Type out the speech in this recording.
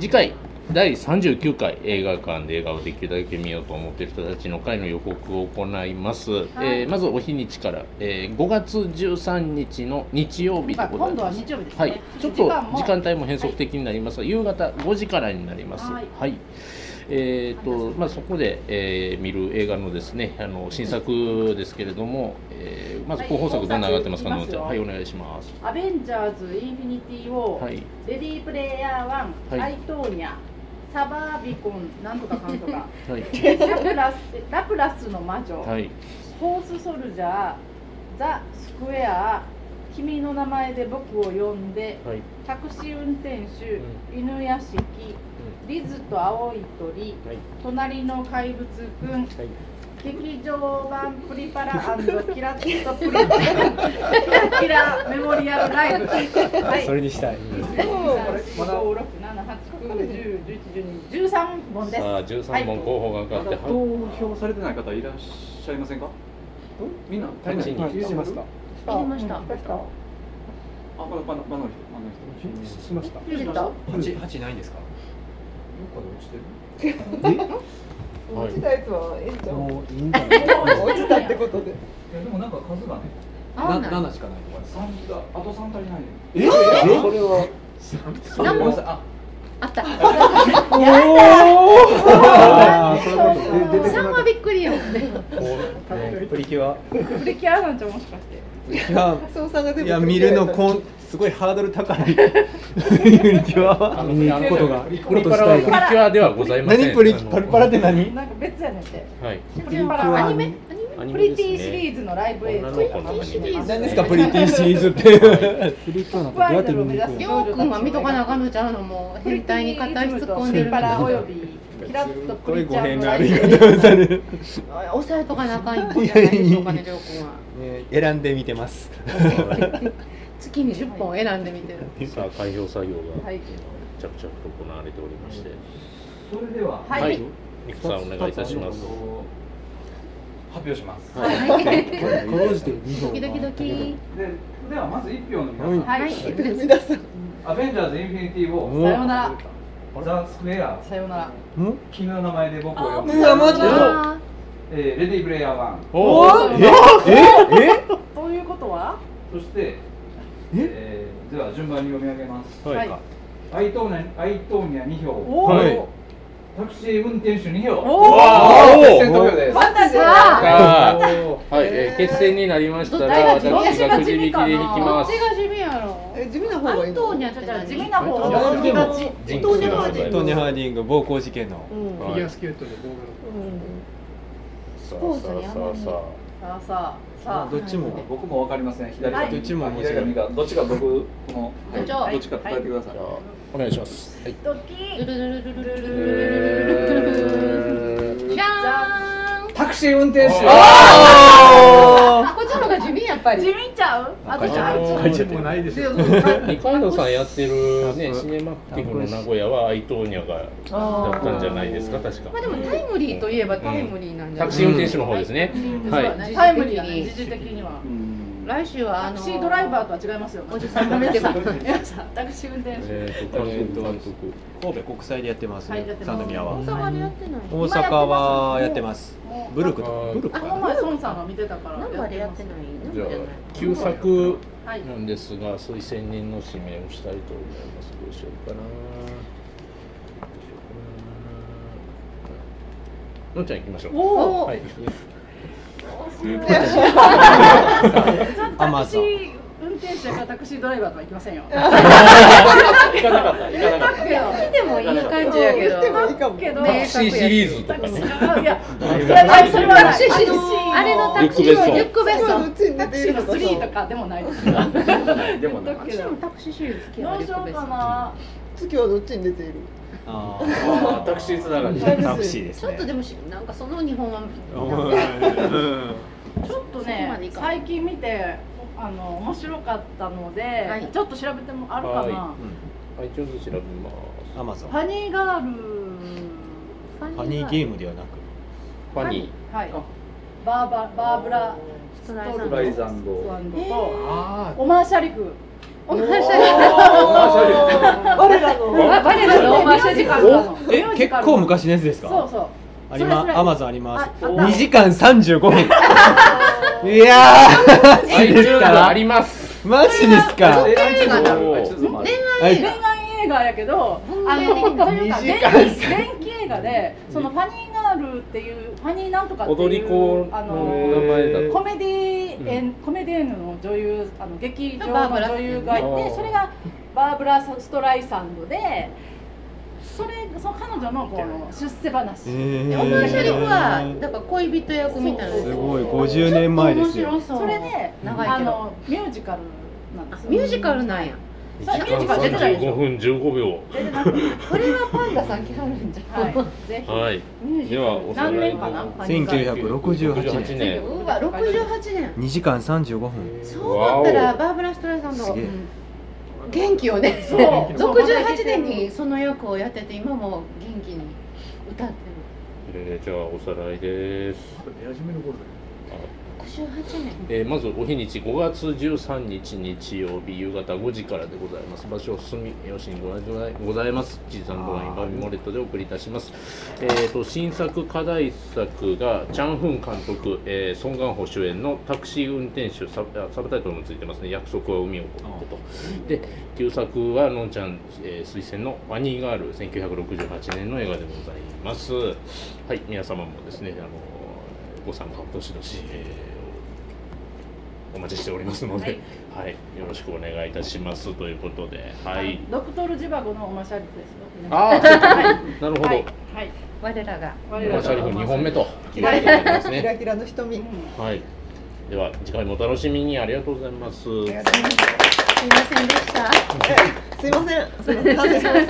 次回第39回映画館で映画をできるだけ見ようと思っている人たちの会の予告を行います、えーまずお日にちから、えー5月13日の日曜日でござい今度はます日曜日ですね。はい、ちょっと時間帯も変則的になりますが、夕方5時からになります。ははいい、えっ、と、まあ、そこで、えー見る映画のですね、あの新作ですけれども。えーまずはい候補作どんな上がってますか、いのきまんすちゃよん、はい、お願いします。アベンジャーズインフィニティウォー、はい、レディープレイヤー1、はいアイトーニャ、サバービコン、なんとかかんと か、はい、ラプラスラプラスの魔女、はい、ホースソルジャー、ザ・スクエア、君の名前で僕を呼んで、はい、タクシー運転手、犬屋敷、リズと青い鳥、はい隣の怪物くん、い劇場版プリパラキラッとプリパラキラキラメモリアル ライブ。はい。それにしたい。 13本です。さあ、13本候補が上がまって、だは投票されてない方いらっしゃいませんか？みんな足りない。はいしました。入れました。あ、まだまだまだの人、まだの人。しました。入れた。八八ないんですか？はい落ちたやつはええんちゃうもういいんだろう。落ちたってことでいやでもなんか数がね、合わない。しかないと三があと三足りないね。え？それは。何ごめんなもさい。あ、あっ た。ああ、そういうこと。で出てこ三なはかっびっくりよ。た。ねプリキュア。プリキュアなんちゃもしかして。プリキュ操作が全ア。部いや見るのこんすごいハードル高い。プリキュアは見に行くことが。プリパラはプリキュアではございません。何プリパルパラって何？なんか別やねんて。はい、プリパラアニメ。アニメアニプメリですティね シリーズのライブ映像。女の子のアニメ何ですかプリティシリーズって。プリキュアなんかどうやって見に行くりの？ょうくんは見とかなあかんのちゃうのもう変態に片足突っ込んでるプリパラおよのびキラッとこプれリキ語ュア弊のがラあイブる映言像い。方をされる。抑えとかなあかんもんじゃないでしょうかねりょうくんはね選んでみてます。月に十本選んでみてるさあ、開票作業が、はい着々と行われておりまして。それでは、はいはい、ミクさん、お願いいたしまえっすと。発表します。ころじて二ドキドキドキで、ではまず一票の皆さん。はい。えっとですアベンジャーズインフィニティウォさようなー、ザスクエアら。、さようなら。うん？君の名前で僕を呼ぶ。うわマジであえーレディープレイヤーワン。おお、えええということは。そして、えーでは順番に読み上げます。はい。アイトーニャ、アイトーニャ二票、おはいお。タクシー運転手二票。おお。お決ー選投票です。またじさゃあ。あーはい、えー、決戦になりましたら私どっちががくじ地引き味かなで引きこまっすち。が地味やろえ地味なア方がいいンのトーニャってじゃあ地味何な方が驚きがち。ジンクトースニでャござハいーディングトまニー・ハーディング暴行事件のうんはいギュアスケートで動す。ポーズにあんまりさあさあさあさあさあ。さあ。どっちも僕もわかりません。左はかいどっちも面白い左か右かどっちか僕このどっちをはいどっちか叩いてくだささあいじゃ。あお願いします。はい。ドキ。じゃーんタクシー運転手。あこっちの方が地味やっぱり地味ちゃう。私ああのいーつ。書いちゃくってもるないでしょ。二階堂さんやってるね、あシネマティックの名古屋はアイトーニャがだったんじゃないですか、確かまあ。でもタイムリーといえばタイムリーなんじゃタなクいシー運転手の方ですね。はうんい。タイムリーだね。時事的には。うん来週はあタのクシードライバーとは違いますよ。おじさんが見てます皆さんタクシー運転手。えっと監督監督。神戸国際でやってますはいやってます三宮大は阪でやってない大阪はやってますもうブルクとブルクあかこのな前孫さんが見てたから。ナンバーでやってないナンじゃあバーじゃない旧作はい。なんですが推薦人の指名をしたいと思います。どうしようかな。どうしようかなのんちゃん行きましょう。おお。はい。アマタクシゾンー運転手がタクシードライバーとは行きませんよ。行かなかった。行かなかった。見てもいい感じやけど言ってもいいかもけど。タクシーシリーズとかタクシね。ーいやいやいやそれはない。あれのタクシーはリュックベス今トのうちに出タクてシいーるののかスリーとかでもないです。どうでもな。私もタクシーシリーズ好きやしようかな。月はどっちに出ているああータクシーつながり。ータクシーですちょっとでねもしなんかその日本はうんちょっとそこまでねい、かん最近見て、あの面白かったので、はいちょっと調べてもあるかなは。はい、ちょっと調べます。アマゾンファニーガール。ハニーゲムームではなくファニはい。バーバ、バーブラ。ストライザストライザンドストライザンドと。あオマーシャリフ。あオマーシャ我らのあバレたのオマーシャ時間なのえミュージ結カル構昔のやつですそうかそうありまそれそれアマゾンありますああった2時間35分いやーマジですあかります。マジですかえ、あいつなんだもあいつもある。はい恋愛映画やけどあの恋と愛いうか二時間電気電気映画でそのファニーガールっていうファニーなんとかっていう踊り子あのの名前だえとーコメディエン、コメディエンヌの女優あの劇場のバーブラ女優がいあてーそれがバーブラ・ストライサンドでそれその彼女のこの出世話、リえオマーシャリフはなんか恋人役みたいなすごい50年前ですよ面白そうそれで長いあけどのミュージカルなんですよミュージカルなんやミ1時間ュージカル出てないでし35ょ分15秒。出てなくてこれはパンダさん来はるんじゃん、はいぜひはい。ミュージではおカさらル何い年のかなファニーガール1968年年。うわ68年2時間35分そうなったらバーブラ・ストライさんすのげえ元気をねそう68年にその役をやってて今も元気に歌ってえーじゃあおさらいです。る68年えーまずお日にち5月13日日曜日夕方5時からでございます場所住吉にございございます地産ドラインバビモレットでお送りいたしますえーと新作課題作がチャン・フン監督、えー、ソン・ガンホ主演のタクシー運転手サブあサブタイトルもついてますね約束は海を越えることで旧作はのんちゃん、えー推薦のワニーガール1968年の映画でございますはい皆様もですねあのご参加をどしどし、えーお待ちしておりますので、はい、よろしくお願いいたしますということで、はい。ドクトルジバゴのオマシャリフですよああ、 なるほど。はいはい我らが我マらーシャリがフ二本目とキ言ラわれキておりまラすキね。ラキラの瞳はい。では次回もお楽しみにありがとうございます。すいませんでしたすいませんすいません完成しました